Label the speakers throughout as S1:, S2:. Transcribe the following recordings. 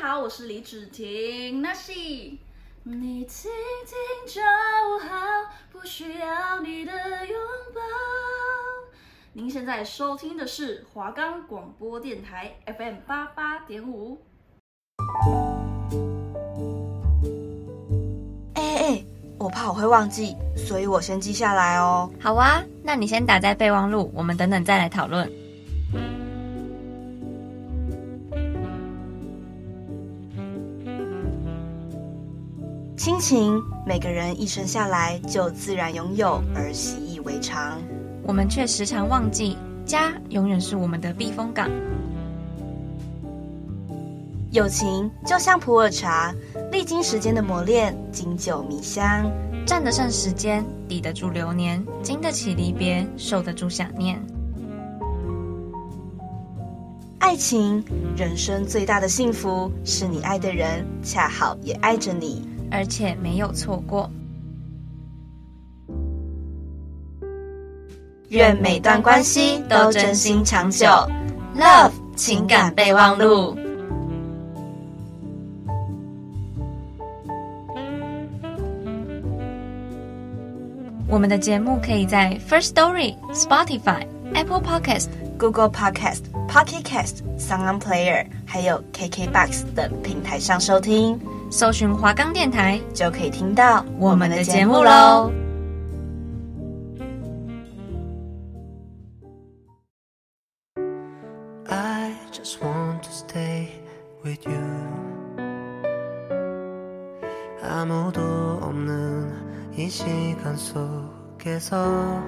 S1: 好，我是李芷婷，那是
S2: 你听听就好，不需要你的拥抱。
S1: 您现在收听的是华冈广播电台 FM 八八点五。
S3: 哎哎哎，我怕我会忘记，所以我先记下来哦。
S4: 好啊，那你先打在备忘录，我们等等再来讨论。
S3: 亲情，每个人一生下来就自然拥有，而习以为常。
S4: 我们却时常忘记，家永远是我们的避风港。
S3: 友情就像普洱茶，历经时间的磨练，经久弥香。
S4: 站得上时间，抵得住流年，经得起离别，受得住想念。
S3: 爱情，人生最大的幸福是你爱的人恰好也爱着你，
S4: 而且没有错过。
S3: 愿每段关系都真心长久。Love 情感备忘录。
S4: 我们的节目可以在 First Story、Spotify、Apple Podcast、
S3: Google Podcast、Pocket Cast、Sound On Player，还有 KKBox 等平台上收听，
S4: 搜寻华冈电台，
S3: 就可以听到
S4: 我们的节目喽。
S5: I just want to stay with you. 아무도 없는 이 시간 속에서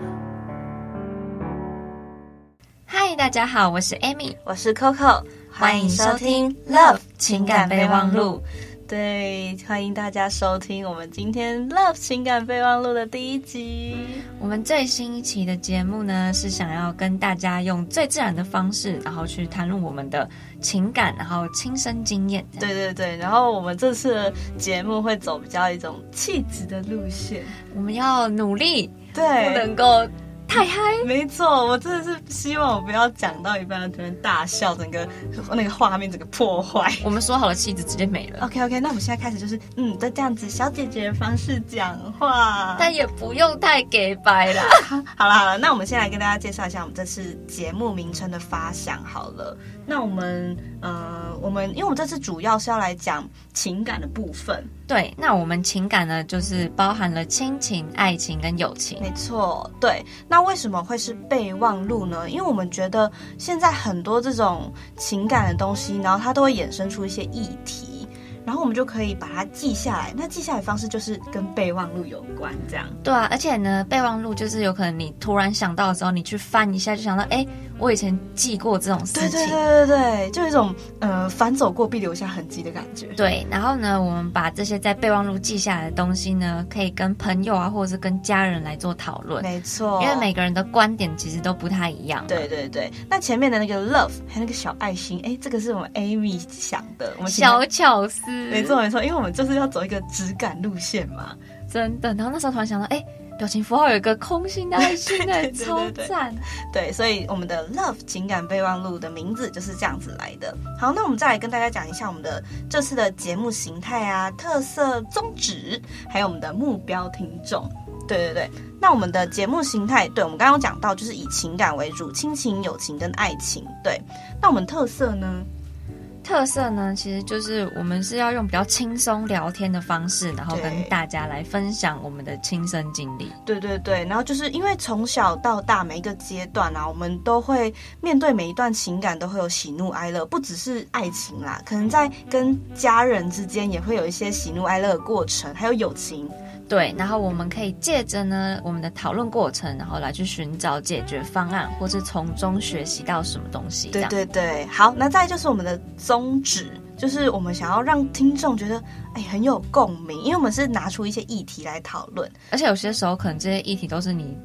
S4: 嗨，大家好，我是 Amy，
S3: 我是 Coco，
S4: 欢
S3: 欢
S4: 迎
S3: 迎
S4: 收
S3: 收
S4: 听
S3: 听
S4: Love
S3: Love
S4: 情
S3: 情
S4: 感
S3: 感
S4: 备
S3: 备
S4: 忘
S3: 忘
S4: 录
S3: 录。。对，欢迎大家收听我们今天 Love 情感备忘录的第一集。
S4: 我们最新一期的节目呢，是想要跟大家用最自然的方式，然后去谈论我们的情感，然后亲身经验。
S3: 对对对，然后我们这次的节目会走比较一种气质的路线。
S4: 我们要努力，不
S3: 对，
S4: 能够太嗨。
S3: 没错，我真的是希望我不要讲到一半突然大笑，整个那个画面整个破坏。
S4: 我们说好的气质直接没了，
S3: OK OK，那我们现在开始就是，嗯，都这样子小姐姐的方式讲话。
S4: 但也不用太给白啦。
S3: 好了好了，那我们先来跟大家介绍一下我们这次节目名称的发想好了。那我们呃，我们因为我们这次主要是要来讲情感的部分，
S4: 对，那我们情感呢，就是包含了亲情、爱情跟友情。
S3: 没错，对。那为什么会是备忘录呢？因为我们觉得现在很多这种情感的东西，然后它都会衍生出一些议题，然后我们就可以把它记下来。那记下来的方式就是跟备忘录有关，这样。
S4: 对啊，而且呢，备忘录就是有可能你突然想到的时候，你去翻一下就想到，哎，我以前记过这种事
S3: 对
S4: 情。
S3: 对对对对，就有一种呃反走过必留下痕迹的感觉。
S4: 对，然后呢，我们把这些在备忘录记下来的东西呢，可以跟朋友啊，或者是跟家人来做讨论，
S3: 没错，
S4: 因为每个人的观点其实都不太一样。
S3: 对对对，那前面的那个 love 还有那个小爱心，哎，这个是我们 Amy 想的，我们请她
S4: 小巧思，
S3: 没错没错，因为我们就是要走一个质感路线嘛。
S4: 真的。然后那时候突然想到，哎，表情符号有一个空心的 爱心哎，
S3: 对对对
S4: 超
S3: 对对
S4: 赞。
S3: 对，所以我们的 Love 情感备忘录的名字就是这样子来的。好，那我们再来跟大家讲一下我们的这次的节目形态啊、特色、宗旨，还有我们的目标听众。对对对，那我们的节目形态，对我们刚刚有讲到，就是以情感为主，亲情、友情跟爱情。对，那我们特色呢？
S4: 特色呢，其实就是我们是要用比较轻松聊天的方式，然后跟
S3: 对
S4: 大家来分享我们的亲身经历。
S3: 对对对，然后就是因为从小到大每一个阶段啊，我们都会面对每一段情感都会有喜怒哀乐，不只是爱情啦，可能在跟家人之间也会有一些喜怒哀乐的过程，还有友情。
S4: 对，然后我们可以借着呢我们的讨论过程，然后来去寻找解决方案，或是从中学习到什么东西。这
S3: 对
S4: 样
S3: 对对，好，那再来就是我们的宗旨，就是我们想要让听众觉得哎很有共鸣，因为我们是拿出一些议题来讨论。
S4: 而且有些时候可能这些议题都是你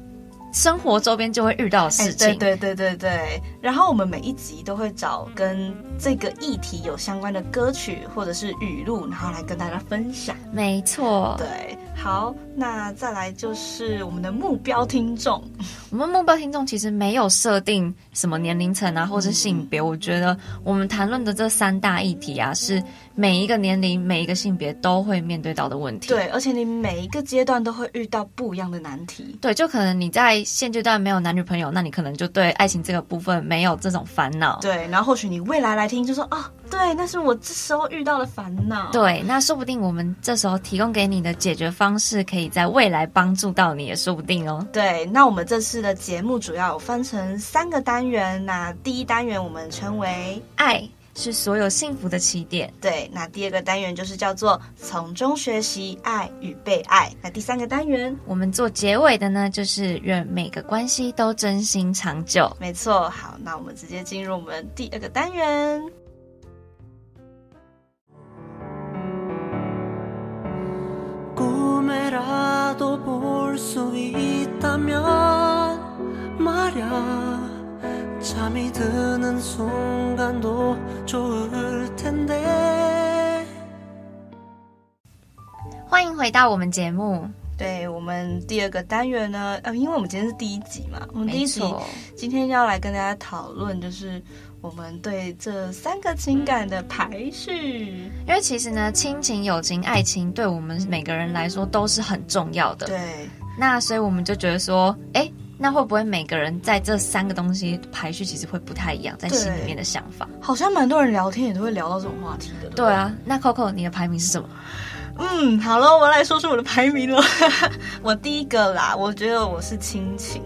S4: 生活周边就会遇到的
S3: 哎
S4: 事情。
S3: 对对对对对。然后我们每一集都会找跟这个议题有相关的歌曲或者是语录，然后来跟大家分享。
S4: 没错。
S3: 对，好，那再来就是我们的目标听 众，
S4: 我们目标听众其实没有设定什么年龄层啊，或是性
S3: 嗯
S4: 别。我觉得我们谈论的这三大议题啊，是每一个年龄、每一个性别都会面对到的问题。
S3: 对，而且你每一个阶段都会遇到不一样的难题。
S4: 对，就可能你在现阶段没有男女朋友，那你可能就对爱情这个部分没有这种烦恼。
S3: 对，然后或许你未来来听就说哦，对，那是我这时候遇到的烦恼。
S4: 对，那说不定我们这时候提供给你的解决方式，可以在未来帮助到你，也说不定哦。
S3: 对，那我们这次的节目主要有分成三个单元。那第一单元我们称为
S4: 爱是所有幸福的起点，
S3: 对，那第二个单元就是叫做从中学习爱与被爱。那第三个单元，
S4: 我们做结尾的呢，就是愿每个关系都真心长久。
S3: 没错，好，那我们直接进入我们第二个单元。
S5: 꿈에라도 볼 수 있다면 말야 잠이 드는 순간도 좋을 텐데
S4: 欢迎回到我们节目，
S3: 对我们第二个单元呢，呃，因为我们今天是第一集嘛，我们第
S4: 没
S3: 一集
S4: 错，
S3: 今天要来跟大家讨论，就是我们对这三个情感的排序。
S4: 因为其实呢，亲情、友情、爱情对我们每个人来说都是很重要的。
S3: 对，
S4: 那所以我们就觉得说，哎，那会不会每个人在这三个东西排序其实会不太一样，在
S3: 对
S4: 心里面的想法？
S3: 好像蛮多人聊天也都会聊到这种话题的。不
S4: 对，啊，那 Coco 你的排名是什么？
S3: 嗯，好了，我来说说我的排名了。哦 我第一个啦，我觉得我是亲情。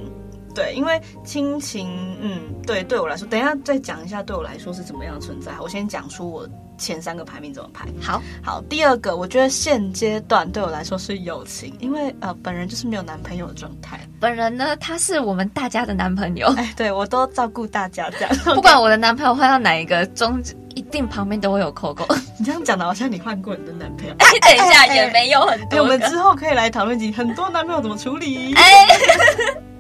S3: 对，因为亲情，嗯，对，对我来说，等一下再讲一下对我来说是怎么样的存在。我先讲出我前三个排名怎么排。
S4: 好，
S3: 好，第二个，我觉得现阶段对我来说是友情，因为呃，本人就是没有男朋友的状态。
S4: 本人呢，他是我们大家的男朋友，
S3: 哎，对我都照顾大家这样。
S4: 不管我的男朋友换到哪一个，中一定旁边都会有 Coco。
S3: 你这样讲的好像你换过你的男朋友。
S4: 等 一下
S3: 哎
S4: 也没有很
S3: 哎，我
S4: 多
S3: 们
S4: 个。
S3: 之后可以来讨论一集很多男朋友怎么处理。
S4: 哎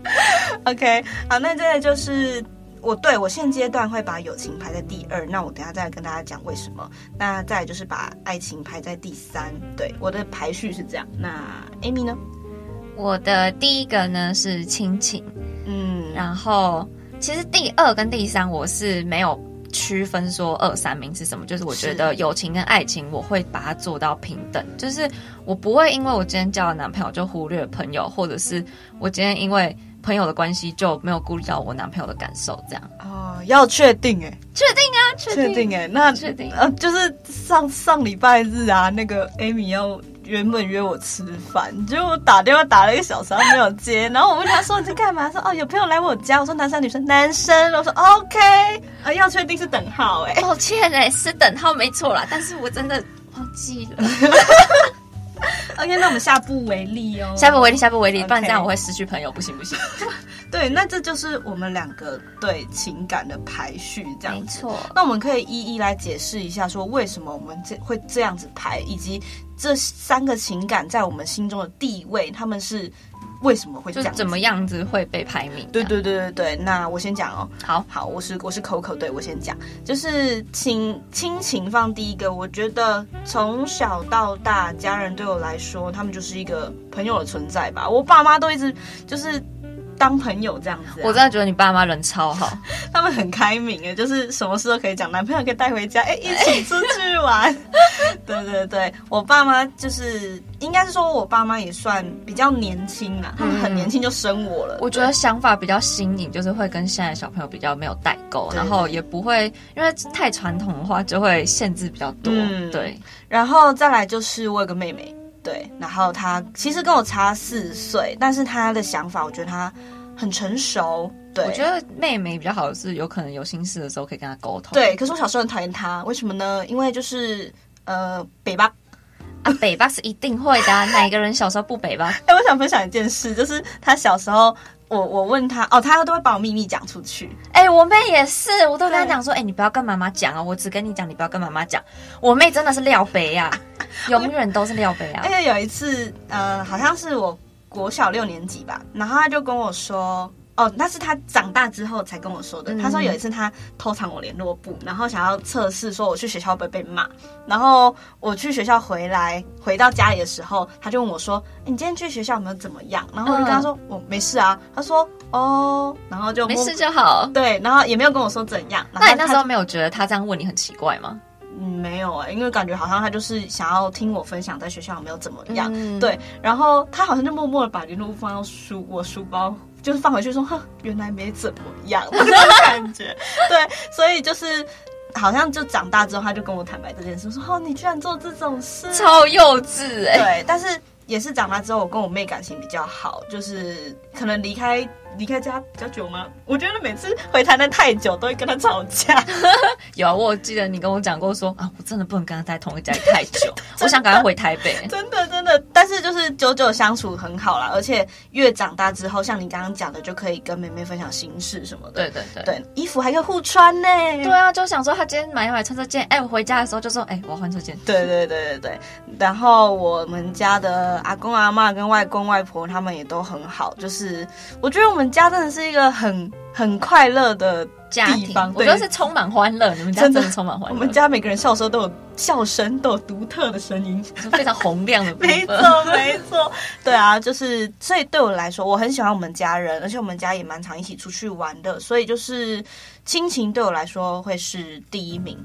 S3: OK，好，那再来就是我对我现阶段会把友情排在第二，那我等一下再来跟大家讲为什么。那再来就是把爱情排在第三，对，我的排序是这样。那 Amy 呢？
S4: 我的第一个呢是亲情，
S3: 嗯，
S4: 然后其实第二跟第三我是没有区分说二三名是什么，就是我觉得友情跟爱情我会把它做到平等，就是我不会因为我今天交了男朋友就忽略朋友，或者是我今天因为朋友的关系就没有顾虑到我男朋友的感受，这样
S3: 哦，要确定哎、
S4: 确定啊，
S3: 确定哎、那
S4: 确定
S3: 呃，就是上上礼拜日啊，那个 Amy 要原本约我吃饭，结果我打电话打了一个小时，她没有接。然后我问她说你在干嘛？她说哦，有朋友来我家。我说男生女生？男生。我说 OK，啊，要确定是等号哎、
S4: 抱歉哎、是等号没错啦，但是我真的忘记了，
S3: OK，那我们下不为例哦。
S4: 下不为例，下不为例，不然
S3: OK
S4: 这样我会失去朋友，不行不行，
S3: 对，那这就是我们两个对情感的排序这样
S4: 没
S3: 子。
S4: 错。
S3: 那我们可以一一来解释一下，说为什么我们这会这样子排，以及这三个情感在我们心中的地位，他们是为什么会这
S4: 就
S3: 样子
S4: 怎么？样子会被排名？
S3: 对，对对对对，那我先讲哦。
S4: 好，
S3: 好，我是我是 Coco，对我先讲，就是亲亲情放第一个。我觉得从小到大，家人对我来说，他们就是一个朋友的存在吧。我爸妈都一直就是当朋友这样子啊、
S4: 我真的觉得你爸妈人超好。
S3: 他们很开明诶，就是什么事都可以讲，男朋友可以带回 家，哎、一起出去玩。对对对，我爸妈就是应该是说，我爸妈也算比较年轻啦，他们很年轻就生我了。
S4: 嗯我觉得想法比较新颖，就是会跟现在的小朋友比较没有代沟，
S3: 对
S4: 然后也不会因为太传统的话就会限制比较多。
S3: 嗯
S4: 对，
S3: 然后再来就是我有个妹妹，对，然后她其实跟我差四岁，但是她的想法，我觉得她很成熟。对，
S4: 我觉得妹妹比较好的是，有可能有心事的时候可以跟她沟通。
S3: 对。可是我小时候很讨厌她，为什么呢？因为就是呃北巴
S4: 啊，北巴是一定会 的、啊，哪一个人小时候不北巴？
S3: 哎、我想分享一件事，就是他小时候，我我问他，哦，他都会把我秘密讲出去。
S4: 哎、我妹也是，我都跟她
S3: 对
S4: 讲说，哎、你不要跟妈妈讲啊，我只跟你讲，你不要跟妈妈讲。我妹真的是廖 北啊，永远都是廖北啊
S3: 而。且有一次，呃，好像是我国小六年级吧，然后他就跟我说，哦，那是他长大之后才跟我说的。
S4: 嗯
S3: 他说有一次他偷藏我联络簿，然后想要测试说我去学校会不会被骂。然后我去学校回来，回到家里的时候，他就问我说：“诶你今天去学校有没有怎么样？”然后我就跟他说：“我没事啊。”他说：“哦。”然后就
S4: 嗯没
S3: 默
S4: 事就好。
S3: 对，然后也没有跟我说怎样。然后
S4: 那你那
S3: 他
S4: 时候没有觉得他这样问你很奇怪吗？
S3: 嗯，没有哎、因为感觉好像他就是想要听我分享在学校有没有怎么样，
S4: 嗯
S3: 对。然后他好像就默默的把联络簿放到书我书包，就是放回去说，哼，原来没怎么样 那种感觉。对，所以就是好像就长大之后，他就跟我坦白这件事，说哦，你居然做这种事，
S4: 超幼稚哎、
S3: 对，但是也是长大之后，我跟我妹感情比较好，就是可能离开离开家比较久吗？我觉得每次回台南太久，都会跟她吵架。
S4: 有啊，我记得你跟我讲过说啊，我真的不能跟他在同一家里太 久，我想赶快回台北。
S3: 真的真的，但是就是久久相处很好啦，而且越长大之后，像你刚刚讲的，就可以跟妹妹分享心事什么的。
S4: 对对对
S3: 对，衣服还可以互穿呢。
S4: 对啊，就想说他今天买一买穿这件，哎、我回家的时候就说，哎、我要换这件。
S3: 对对对对对，然后我们家的阿公阿妈跟外公外婆他们也都很好，就是我觉得我们家真的是一个很很快乐的
S4: 家
S3: 地
S4: 庭
S3: 方，
S4: 我
S3: 对
S4: 觉得是充满欢乐，你们家
S3: 真
S4: 真
S3: 的
S4: 的充满欢
S3: 我
S4: 乐，
S3: 们家每个人笑的时候都有笑声，都有独特的声音。
S4: 是非常洪亮的部分。
S3: 没错，没错，对啊，就是所以对我来说，我很喜欢我们家人，而且我们家也蛮常一起出去玩的，所以就是亲情对我来说会是第一名。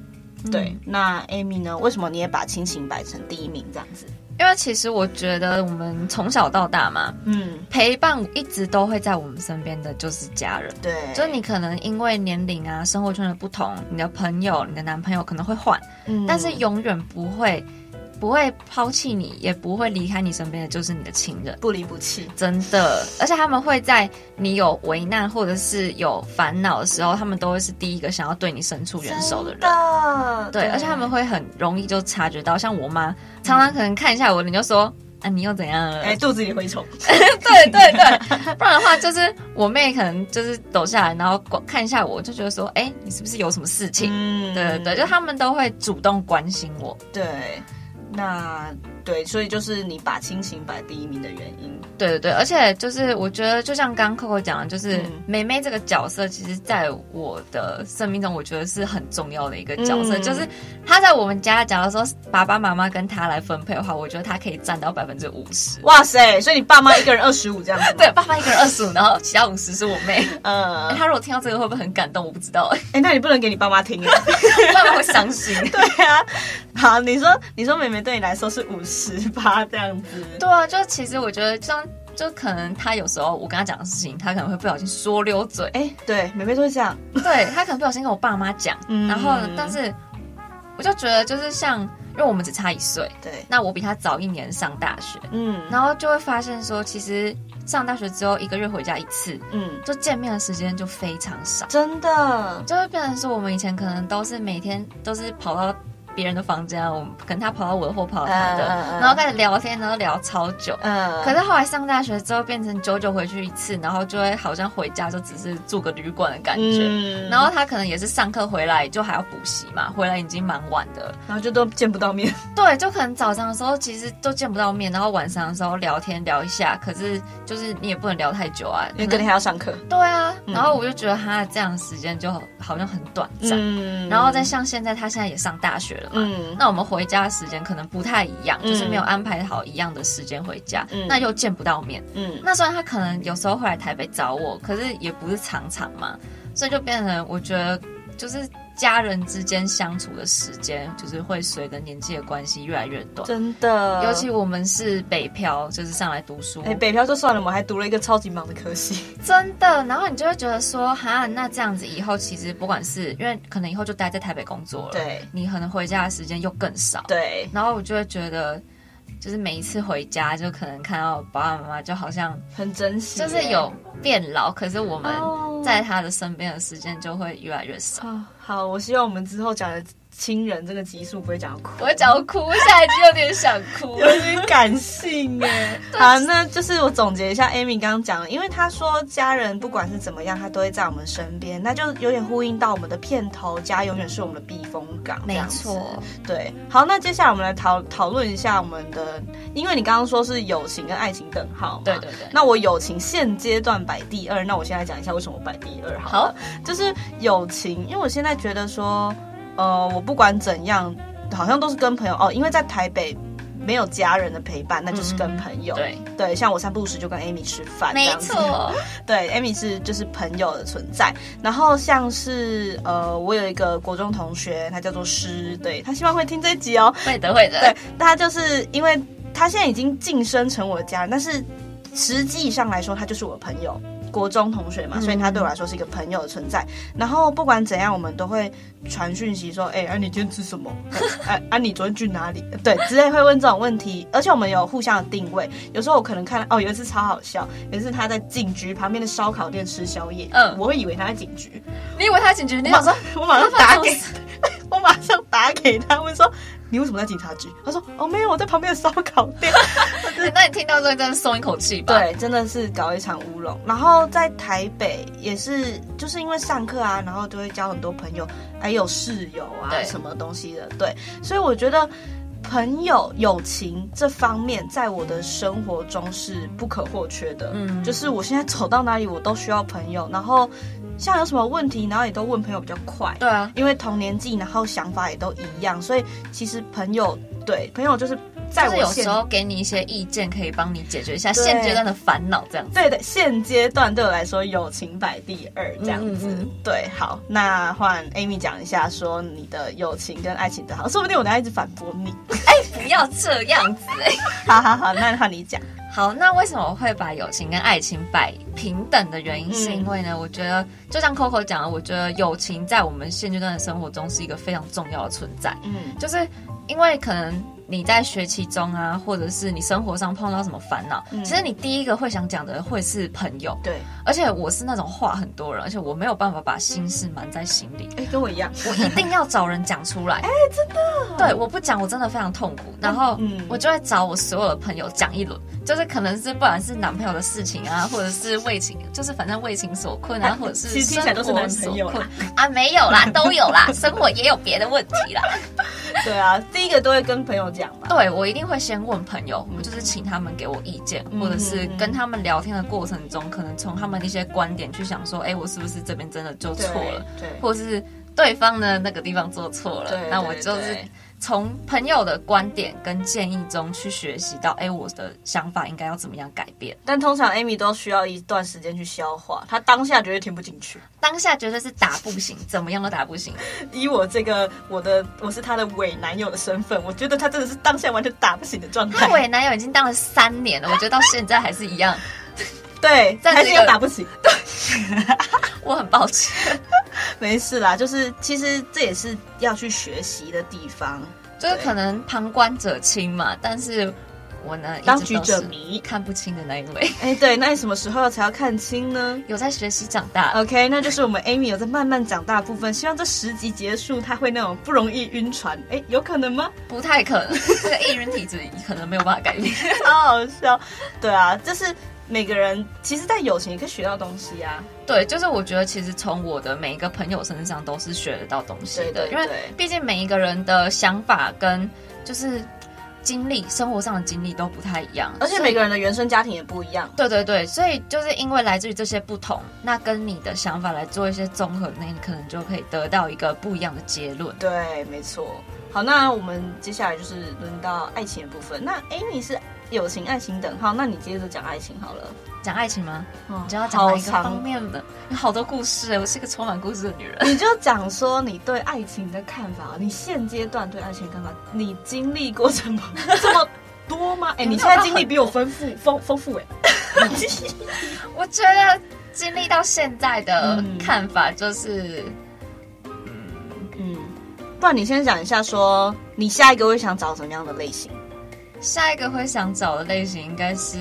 S3: 对，
S4: 嗯
S3: 那 Amy 呢？为什么你也把亲情摆成第一名这样子？
S4: 因为其实我觉得我们从小到大嘛，
S3: 嗯，
S4: 陪伴一直都会在我们身边的就是家人。
S3: 对，
S4: 就是你可能因为年龄啊、生活圈的不同，你的朋友、你的男朋友可能会换，
S3: 嗯
S4: 但是永远不会不会抛弃你，也不会离开你身边的就是你的亲人。
S3: 不离不弃。
S4: 真的，而且他们会在你有危难或者是有烦恼的时候，他们都会是第一个想要对你伸出援手的人。
S3: 的
S4: 对，而且他们会很容易就察觉到，像我妈常常可能看一下我的脸就说：“啊，你又怎样了？”
S3: 哎，肚子里蛔虫，
S4: 对对对，不然的话就是我妹可能就是走下来，然后光看一下我，就觉得说，哎、你是不是有什么事情？
S3: 嗯
S4: 对对对，就他们都会主动关心我。
S3: 对，那对，所以就是你把亲情摆第一名的原因。
S4: 对对对，而且就是我觉得，就像刚刚 Coco 讲的，就是
S3: 嗯
S4: 妹妹这个角色，其实在我的生命中，我觉得是很重要的一个角色。
S3: 嗯
S4: 就是她在我们家，假如说爸爸妈妈跟她来分配的话，我觉得她可以占到百分之五十。
S3: 哇塞，所以你爸妈一个人二十五这样子吗？
S4: 对，，爸爸一个人二十五，然后其他五十是我妹。哎
S3: 呃
S4: 她如果听到这个会不会很感动？我不知道，
S3: 哎、那你不能给你爸妈听啊。
S4: 爸爸会伤心。
S3: 对啊，好，你说你说妹妹对你来说是五十 八这样子，
S4: 对啊，就其实我觉得这样，就可能他有时候我跟他讲的事情，他可能会不小心说溜嘴，
S3: 哎、对，妹妹都会这样，
S4: 对他可能不小心跟我爸妈讲，
S3: 嗯
S4: 然后但是我就觉得就是像，因为我们只差一岁，
S3: 对，
S4: 那我比他早一年上大学，
S3: 嗯，
S4: 然后就会发现说，其实上大学之后一个月回家一次，
S3: 嗯，
S4: 就见面的时间就非常少，
S3: 真的，
S4: 就会变成说我们以前可能都是每天都是跑到。别人的房间啊，我们可能他跑到我的或跑到他
S3: 嗯
S4: 的，
S3: 嗯嗯
S4: 然后开始聊天，然后聊超久，
S3: 呃，
S4: 可是后来上大学之后，变成久久回去一次，然后就会好像回家就只是住个旅馆的感觉。
S3: 嗯，
S4: 然后他可能也是上课回来就还要补习嘛，回来已经蛮晚的了。
S3: 然后就都见不到面，
S4: 对，就可能早上的时候其实都见不到面，然后晚上的时候聊天聊一下，可是就是你也不能聊太久啊，
S3: 因为隔天还要上课，
S4: 对啊。
S3: 嗯
S4: 然后我就觉得他这样的时间就好像很短暂。
S3: 嗯
S4: 然后再像现在，他现在也上大学了嘛，
S3: 嗯
S4: 那我们回家的时间可能不太一样，
S3: 嗯
S4: 就是没有安排好一样的时间回家，
S3: 嗯
S4: 那又见不到面。
S3: 嗯，
S4: 那虽然他可能有时候会来台北找我，可是也不是常常嘛，所以就变成我觉得就是家人之间相处的时间，就是会随着年纪的关系越来越短。
S3: 真的，
S4: 尤其我们是北漂，就是上来读书，
S3: 哎、北漂就算了，我们还读了一个超级忙的科系，
S4: 真的。然后你就会觉得说，哈，那这样子以后其实不管是因为可能以后就待在台北工作了，
S3: 对
S4: 你可能回家的时间又更少，
S3: 对，
S4: 然后我就会觉得，就是每一次回家就可能看到爸爸妈妈，就好像
S3: 很珍惜，
S4: 就是有变老，可是我们
S3: 哦
S4: 在他的身边的时间就会越来越少。
S3: 哎啊，好，我希望我们之后讲的亲人这个集数不会讲到哭，
S4: 我讲哭，我现在已经有点想 哭了。
S3: 有点感性哎。好，那就是我总结一下，Amy 刚刚讲的，因为她说家人不管是怎么样，他都会在我们身边，那就有点呼应到我们的片头，家永远是我们的避风港。这
S4: 没
S3: 样子
S4: 错，
S3: 对。好，那接下来我们来讨讨论一下我们的，因为你刚刚说是友情跟爱情等号嘛，
S4: 对对对。
S3: 那我友情现阶段摆第二，那我现在讲一下为什么我摆第二好了，就是友情，因为我现在觉得说，呃，我不管怎样，好像都是跟朋友哦，因为在台北没有家人的陪伴，那就是跟朋友。
S4: 嗯对，
S3: 对，像我三不五时就跟 Amy 吃饭，
S4: 没
S3: 这样子
S4: 错，
S3: 对，Amy 是就是朋友的存在。然后像是呃，我有一个国中同学，他叫做诗，对他希望会听这一集哦。
S4: 会的会
S3: 对
S4: 的，，
S3: 但他就是因为他现在已经晋升成我的家人，但是实际上来说，他就是我的朋友，国中同学嘛，
S4: 嗯
S3: 所以他对我来说是一个朋友的存在。然后不管怎样，我们都会传讯息说，哎、啊你今天吃什么？哎、 啊啊你昨天去哪里？对，之类会问这种问题，而且我们有互相的定位。有时候我可能看哦，有一次超好笑，有一次他在警局旁边的烧烤店吃宵夜，
S4: 嗯
S3: 我会以为他在警局，
S4: 你以为他警局？你
S3: 我马
S4: 想说
S3: 上我马上打给，我马上打给他问说。你为什么在警察局？他说：“哦，没有，我在旁边的烧烤店。
S4: 那你听到之后真的松一口气” 吧？，
S3: 对，真的是搞一场乌龙。然后在台北也是，就是因为上课啊，然后就会交很多朋友，还有室友啊，
S4: 对
S3: 什么东西的。对，所以我觉得朋友友情这方面，在我的生活中是不可或缺的。
S4: 嗯
S3: 就是我现在走到哪里，我都需要朋友。然后像有什么问题，然后也都问朋友比较快。
S4: 对啊，
S3: 因为同年纪，然后想法也都一样，所以其实朋友对朋友就是在
S4: 就是
S3: 我
S4: 有
S3: 现
S4: 时候给你一些意见，可以帮你解决一下
S3: 对
S4: 现阶段的烦恼，这样子。
S3: 对的现阶段对我来说，友情摆第二这样子。
S4: 嗯嗯
S3: 对，好，那换 Amy 讲一下，说你的友情跟爱情的好，说不定我等下一直反驳 你。
S4: 不要这样子、欸。
S3: 好好好，那换你讲。
S4: 好，那为什么我会把友情跟爱情摆平等的原因，是因为呢，我觉得就像 Coco 讲的，我觉得友情在我们现阶段的生活中是一个非常重要的存在，
S3: 嗯
S4: 就是因为可能。你在学期中啊，或者是你生活上碰到什么烦恼，
S3: 嗯
S4: 其实你第一个会想讲的会是朋友，
S3: 对，
S4: 而且我是那种话很多人，而且我没有办法把心事瞒在心里，
S3: 哎、跟我一样。
S4: 我一定要找人讲出来。哎、真的，对，我不讲我真的非常痛苦。然后
S3: 嗯
S4: 我就会找我所有的朋友讲一轮，就是可能是不管是男朋友的事情 啊，或者是为情，就是反正为情所困啊，或者
S3: 其
S4: 是
S3: 实听
S4: 生
S3: 起来都是
S4: 活
S3: 男
S4: 所
S3: 朋友啦
S4: 困啊，没有 啦，都有啦，生活也有别的问题啦。
S3: 对啊，第一个都会跟朋友讲吧。
S4: 对我一定会先问朋友，我就是请他们给我意见，
S3: 嗯
S4: 或者是
S3: 嗯
S4: 跟他们聊天的过程中，可能从他们的一些观点去想说，哎，我是不是这边真的就
S3: 对
S4: 错了？，
S3: 对，
S4: 或是对方的那个地方做错了
S3: 对，
S4: 那
S3: 对
S4: 我就是
S3: 对
S4: 从朋友的观点跟建议中去学习到，哎，我的想法应该要怎么样改变。
S3: 但通常 Amy 都需要一段时间去消化，她当下绝对听不进去。
S4: 当下绝对是打不行，怎么样都打 不行。
S3: 以我这个我的我是她的伪男友的身份，我觉得她真的是当下完全打不醒的状态
S4: 他。伪男友已经当了三年了，我觉得到现在还是一样，
S3: 对，
S4: 这样
S3: 还
S4: 子
S3: 是
S4: 一
S3: 又
S4: 个
S3: 打不醒。
S4: 我很抱歉。
S3: 没事啦，就是其实这也是要去学习的地方。
S4: 就是
S3: 对
S4: 可能旁观者清嘛，但是我呢，一直
S3: 当
S4: 都
S3: 局者
S4: 是
S3: 迷
S4: 看不清的那一位，
S3: 哎，对，那你什么时候才要看清呢
S4: 有在学习长大。
S3: ？OK，那就是我们 Amy 有在慢慢长大的部分，希望这十集结束，她会那种不容易晕船。哎，有可能 吗？
S4: 不太可能，这个易晕体质可能没有办法改变。
S3: 超好笑。对啊，就是每个人其实，在友情也可以学到东西啊。
S4: 对，就是我觉得其实从我的每一个朋友身上都是学得到东西的，
S3: 对对
S4: 因为
S3: 对
S4: 毕竟每一个人的想法跟就是经历，生活上的经历都不太一样，
S3: 而且
S4: 所以
S3: 每个人的原生家庭也不一样。
S4: 对对对，所以就是因为来自于这些不同，那跟你的想法来做一些综合，那你可能就可以得到一个不一样的结论。
S3: 对，没错。好，那我们接下来就是轮到爱情的部分。那 Amy 是友情、爱情等号，那你接着讲爱情好了。
S4: 讲爱情吗？
S3: 嗯
S4: 你就要讲哪一个
S3: 好长
S4: 方面的？有好多故事，欸我是一个充满故事的女人。
S3: 你就讲说你对爱情的看法，你现阶段对爱情的看法，你经历过什么 这么多 吗？哎、你现在经历比我丰富丰丰富哎、
S4: 我觉得经历到现在的
S3: 嗯
S4: 看法就是，
S3: 嗯，不然你先讲一下说你下一个会想找什么样的类型？
S4: 下一个会想找的类型应该是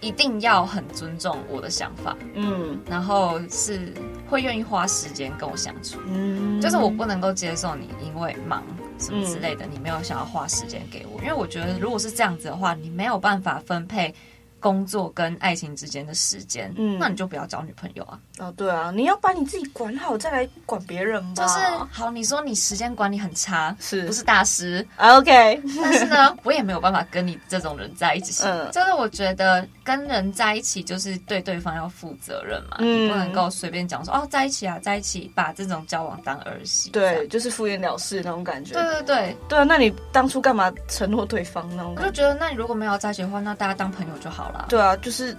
S4: 一定要很尊重我的想法，
S3: 嗯
S4: 然后是会愿意花时间跟我相处。
S3: 嗯，
S4: 就是我不能够接受你因为忙什么之类的，你没有想要花时间给我，因为我觉得如果是这样子的话，你没有办法分配工作跟爱情之间的时间，
S3: 嗯
S4: 那你就不要交女朋友啊。
S3: 哦，对啊，你要把你自己管好，再来管别人吧。
S4: 就是好，你说你时间管理很差，
S3: 是
S4: 不是大师？
S3: 啊 OK，
S4: 但是呢，我也没有办法跟你这种人在一起。
S3: 嗯
S4: 就是我觉得跟人在一起，就是对对方要负责任嘛，
S3: 嗯
S4: 你不能够随便讲说哦，在一起啊，在一起，把这种交往当儿戏。这样
S3: 对，就是敷衍了事那种感觉。
S4: 对对对，
S3: 对啊，那你当初干嘛承诺对方那种
S4: 我
S3: 感
S4: 就
S3: 觉？
S4: 觉得，那你如果没有在一起的话，那大家当朋友就好了。
S3: 对啊，就是。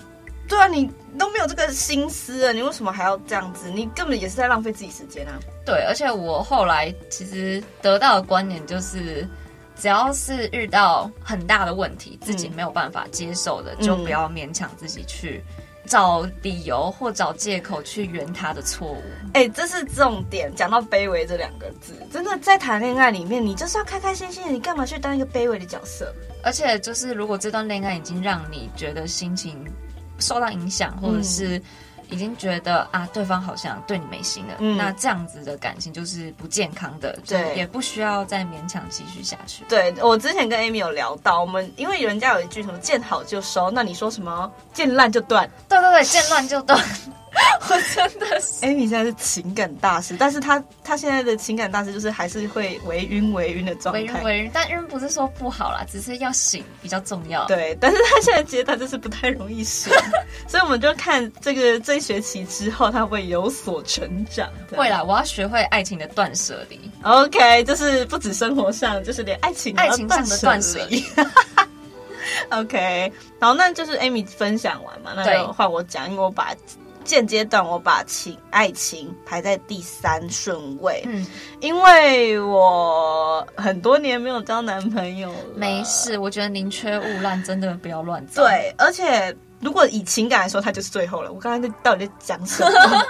S3: 对啊，你都没有这个心思了，你为什么还要这样子？你根本也是在浪费自己时间啊！
S4: 对，而且我后来其实得到的观点就是，只要是遇到很大的问题，自己没有办法接受的，
S3: 嗯
S4: 就不要勉强自己去找理由或找借口去圆他的错误。
S3: 哎、这是重点。讲到卑微这两个字，真的在谈恋爱里面，你就是要开开心心的，你干嘛去当一个卑微的角色？
S4: 而且就是，如果这段恋爱已经让你觉得心情受到影响，或者
S3: 嗯
S4: 是已经觉得啊，对方好像对你没心了，
S3: 嗯
S4: 那这样子的感情就是不健康的，
S3: 对
S4: 就是也不需要再勉强继续下去。
S3: 对我之前跟 Amy 有聊到，我们因为人家有一句什么“见好就收”，那你说什么“见烂就断
S4: 对对对，见乱就 断，我真的是。
S3: ”？Amy 现在是情感大师，但是她她现在的情感大师就是还是会微晕微晕的状
S4: 为人
S3: 态。
S4: 为人，但人不是说不好啦，只是要醒比较重要。，
S3: 对，但是她现在觉得她就是不太容易 醒，所以我们就看这个这一学期之后，她会有所成长。
S4: 会啦，我要学会爱情的断舍离。
S3: OK，就是不止生活上，就是连爱情也要
S4: 爱情上的断舍离
S3: 断舍离。OK，好，那就是 Amy 分享完嘛，那
S4: 对
S3: 就换我讲，因为我把现阶段我把情爱情排在第三顺位，
S4: 嗯，
S3: 因为我很多年没有交男朋友了，
S4: 没事，我觉得宁缺毋滥，真的不要乱找。，
S3: 对，而且如果以情感来说，它就是最后了。我刚才在到底在讲什 么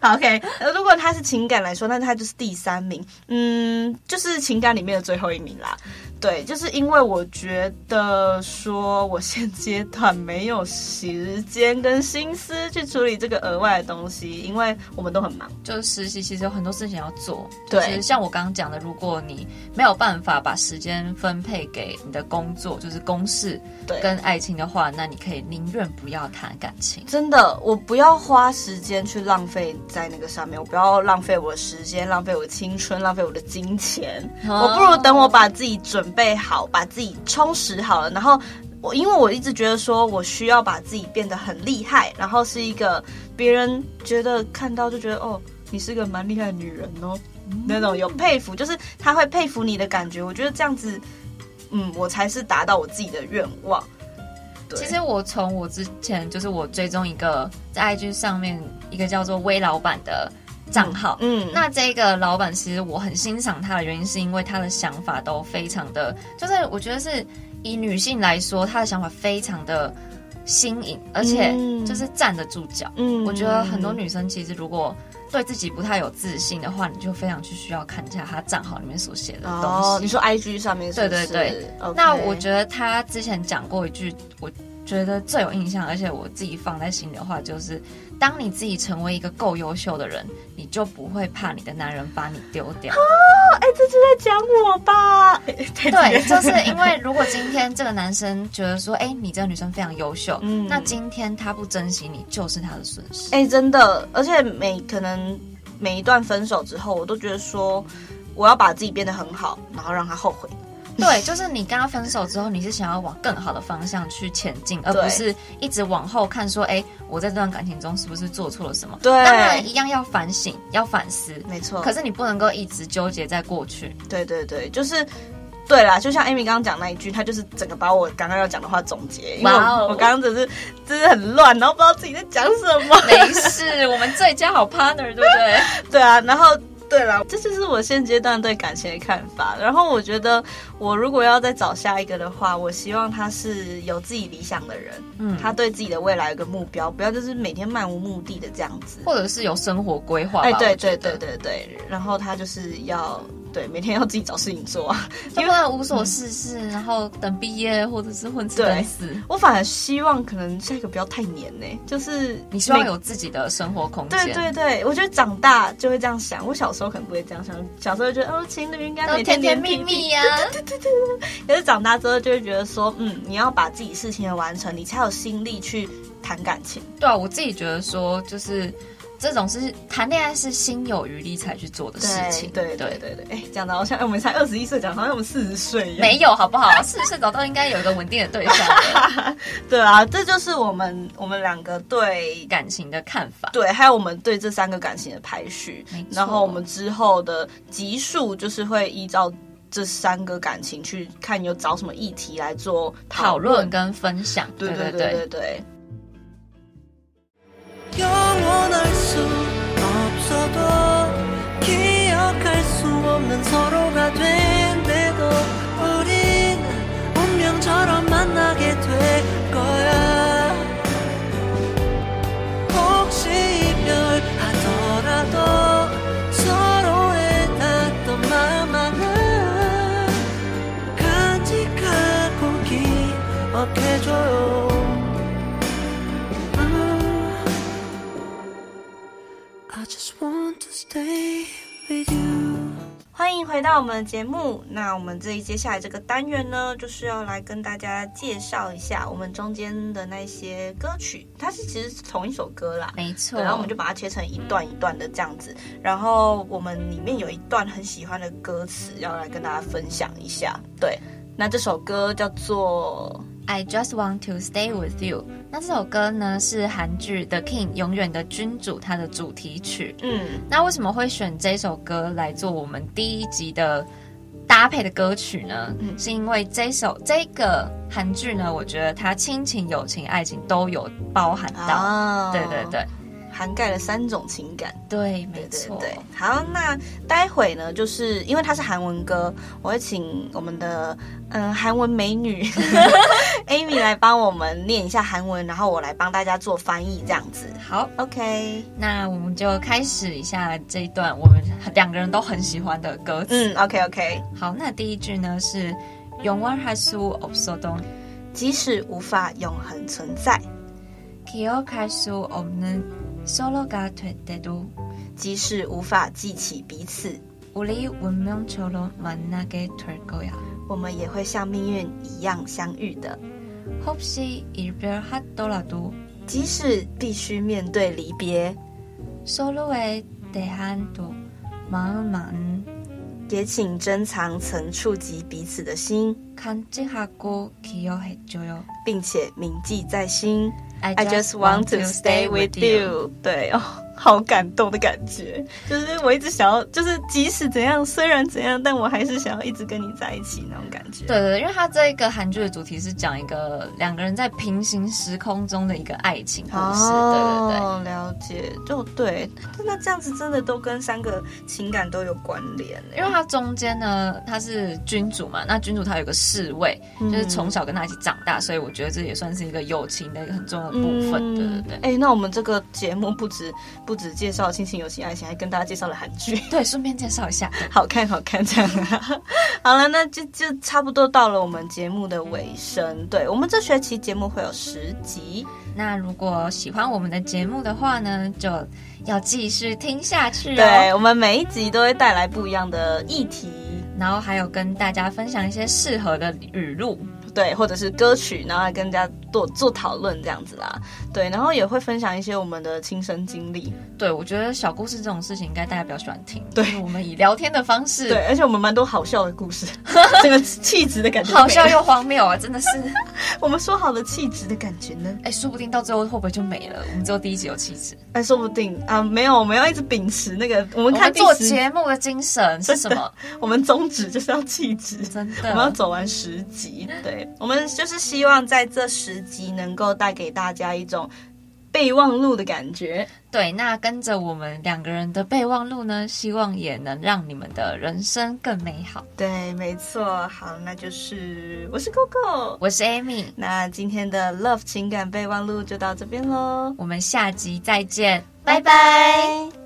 S3: 好？OK，呃如果它是情感来说，那它就是第三名，嗯，就是情感里面的最后一名啦。对，就是因为我觉得说，我现阶段没有时间跟心思去处理这个额外的东西，因为我们都很忙。
S4: 就是实习其实有很多事情要做。
S3: 对
S4: 就是像我刚刚讲的，如果你没有办法把时间分配给你的工作，就是公事
S3: 对，
S4: 跟爱情的话，那你可以宁愿不要谈感情。
S3: 真的，我不要花时间去浪费在那个上面，我不要浪费我的时间，浪费我的青春，浪费我的金钱。
S4: 哦
S3: 我不如等我把自己准备好，把自己充实好了，然后。我因为我一直觉得说，我需要把自己变得很厉害，然后是一个别人觉得看到就觉得哦，你是个蛮厉害的女人哦，
S4: 嗯
S3: 那种有佩服，就是他会佩服你的感觉。我觉得这样子，嗯，我才是达到我自己的愿望。对
S4: 其实我从我之前就是我追踪一个在 IG 上面一个叫做微老板的账号，
S3: 嗯，
S4: 那这个老板其实我很欣赏他的原因，是因为他的想法都非常的，就是我觉得是以女性来说，他的想法非常的新颖，而且
S3: 嗯
S4: 就是站得住脚。
S3: 嗯
S4: 我觉得很多女生其实如果对自己不太有自信的话，你就非常去需要看一下他账号里面所写的东西。
S3: 哦，你说 IG 上面是不
S4: 对
S3: 是？
S4: 对
S3: 对。o k
S4: 那我觉得他之前讲过一句，我觉得最有印象，而且我自己放在心里的话，就是当你自己成为一个够优秀的人，你就不会怕你的男人把你丢掉。
S3: 哎、这是在讲我吧？
S4: 对，就是因为如果今天这个男生觉得说，哎、你这个女生非常优秀，
S3: 嗯
S4: 那今天他不珍惜你，就是他的损失。
S3: 哎、真的，而且每可能每一段分手之后，我都觉得说我要把自己变得很好，然后让他后悔。
S4: 对，就是你跟他分手之后，你是想要往更好的方向去前进，而
S3: 对
S4: 不是一直往后看说，哎、我在这段感情中是不是做错了什么？
S3: 对嗯
S4: 当然一样要反省，要反思。
S3: 没错，
S4: 可是你不能够一直纠结在过去，
S3: 对对对，就是。对啦，就像 Amy 刚刚讲那一句，她就是整个把我刚刚要讲的话总结，因为我,、
S4: 哇哦
S3: 我刚刚只是真的很乱，然后不知道自己在讲什么。
S4: 没事，我们最佳好 partner，对不对？
S3: 对啊，然后对了，这就是我现阶段对感情的看法。然后我觉得，我如果要再找下一个的话，我希望他是有自己理想的人，
S4: 嗯，
S3: 他对自己的未来有个目标，不要就是每天漫无目的的这样子。
S4: 或者是有生活规划吧。
S3: 哎，对
S4: 我觉
S3: 对
S4: 得
S3: 对对对，然后他就是要对，每天要自己找事情做啊。
S4: 因为无所事事，然后等毕业或者是混吃等死。
S3: 我反而希望可能下一个不要太黏呢、就是
S4: 你希望
S3: 每
S4: 有自己的生活空间，
S3: 对对对，我觉得长大就会这样想。我小时候可能不会这样想，小时候觉得哦，情侣应该
S4: 都
S3: 每
S4: 甜
S3: 天
S4: 甜
S3: 黏
S4: 蜜
S3: 屁屁
S4: 蜜啊呀、
S3: 可是长大之后就会觉得说，嗯，你要把自己事情完成，你才有心力去谈感情。
S4: 对啊，我自己觉得说，就是这种是谈恋爱是心有余力才去做的事情，
S3: 对对对对，哎，讲的好像哎我们才二十一岁，讲得好像我们四十岁一样。
S4: 没有好不好？四十岁早都应该有一个稳定的对象了，
S3: 对啊，这就是我们我们两个对
S4: 感情的看法。
S3: 对，还有我们对这三个感情的排序
S4: 没，错
S3: 然后我们之后的集数就是会依照这三个感情去看有找什么议题来做
S4: 讨
S3: 讨
S4: 论。跟分享，
S3: 对
S4: 对
S3: 对对对对，
S5: 영원할 수 없어도 기억할 수 없는 서로가 된대도 우린 운명처럼 만나게 될 거야 혹시 이별하더라도 서로의 닿던 마음 하나 간직하고 기억해줘요 음. I just want to stay with you.
S3: 欢迎回到我们的节目。那我们这一接下来这个单元呢，就是要来跟大家介绍一下我们中间的那些歌曲，它是其实是同一首歌啦，
S4: 没错。
S3: 对，然后我们就把它切成一段一段的这样子。然后我们里面有一段很喜欢的歌词，要来跟大家分享一下。对，那这首歌叫做
S4: I just want to stay with you。那这首歌呢是韩剧《The King》永远的君主它的主题曲。
S3: 嗯，
S4: 那为什么会选这首歌来做我们第一集的搭配的歌曲呢？
S3: 嗯
S4: 是因为这首这个韩剧呢，我觉得它亲情、友情、爱情都有包含到。
S3: 啊
S4: 对对，对
S3: 涵盖了三种情感。
S4: 对，
S3: 对
S4: 没
S3: 对
S4: 错。
S3: 对，好，那待会呢，就是因为它是韩文歌，我会请我们的嗯、呃韩文美 女 Amy 来帮我们念一下韩文，然后我来帮大家做翻译这样子。
S4: 好，
S3: OK，
S4: 那我们就开始一下这一段我们两个人都很喜欢的歌词。
S3: 嗯，OK OK，
S4: 好，那第一句呢是永远할수없어도
S3: 即使无法永恒存在，
S4: 기억할 수 없는 서로가 될 때도
S3: 即使无法记起彼此，
S4: 우리 운명처럼 만나게 될 거야.
S3: 我们也会像命运一样相遇的。
S4: 혹시 이별하더라도
S3: 即使必须面对离别，
S4: 서로에 대한 또 마음만
S3: 也请珍藏曾触及彼此的心，
S4: 간직하고 기억해줘요.
S3: 并且铭记在心。
S4: I
S3: I just want to stay with you。对哦，好感动的感觉，就是我一直想要，就是即使怎样，虽然怎样，但我还是想要一直跟你在一起那种感觉。
S4: 对对，因为它这个韩剧的主题是讲一个两个人在平行时空中的一个爱情故事，对对对。
S3: 哦，了解，就对。那这样子真的都跟三个情感都有关联欸，
S4: 因为它中间呢，他是君主嘛，那君主他有个侍卫，
S3: 嗯
S4: 就是从小跟他一起长大，所以我觉得这也算是一个友情的一个很重要的部分，对对对。
S3: 嗯哎、那我们这个节目不止不止介绍亲情、友情、爱情，还跟大家介绍了韩剧，
S4: 对，顺便介绍一下，
S3: 好看好看这样。 好了，那就就差不多到了我们节目的尾声。对我们这学期节目会有十集，
S4: 那如果喜欢我们的节目的话呢，就要继续听下去哦。
S3: 对我们每一集都会带来不一样的议题，
S4: 然后还有跟大家分享一些适合的语录，
S3: 对，或者是歌曲，然后来跟大家做做讨论这样子啦。对，然后也会分享一些我们的亲身经历。
S4: 对我觉得小故事这种事情应该大家比较喜欢听，
S3: 对
S4: 就是我们以聊天的方式，
S3: 对，而且我们蛮多好笑的故 事，这个气质的感觉，
S4: 好笑又荒谬啊，真的是，
S3: 我们说好的气质的感觉呢？
S4: 哎，说不定到最后会不会就没了？我们只有第一集有气质。
S3: 哎，说不定啊、没有，我们要一直秉持那个， 我们
S4: 我
S3: 看
S4: 们
S3: 第
S4: 做
S3: 十
S4: 节目的精神是什么？
S3: 我们宗旨就是要气质，
S4: 真的
S3: 我们要走完十集。对，我们就是希望在这十集能够带给大家一种备忘录的感觉。
S4: 对，那跟着我们两个人的备忘录呢，希望也能让你们的人生更美好。
S3: 对，没错。好，那就是我是 Coco。
S4: 我是 Amy，
S3: 那今天的 Love 情感备忘录就到这边喽，
S4: 我们下集再见，拜拜。
S3: 拜。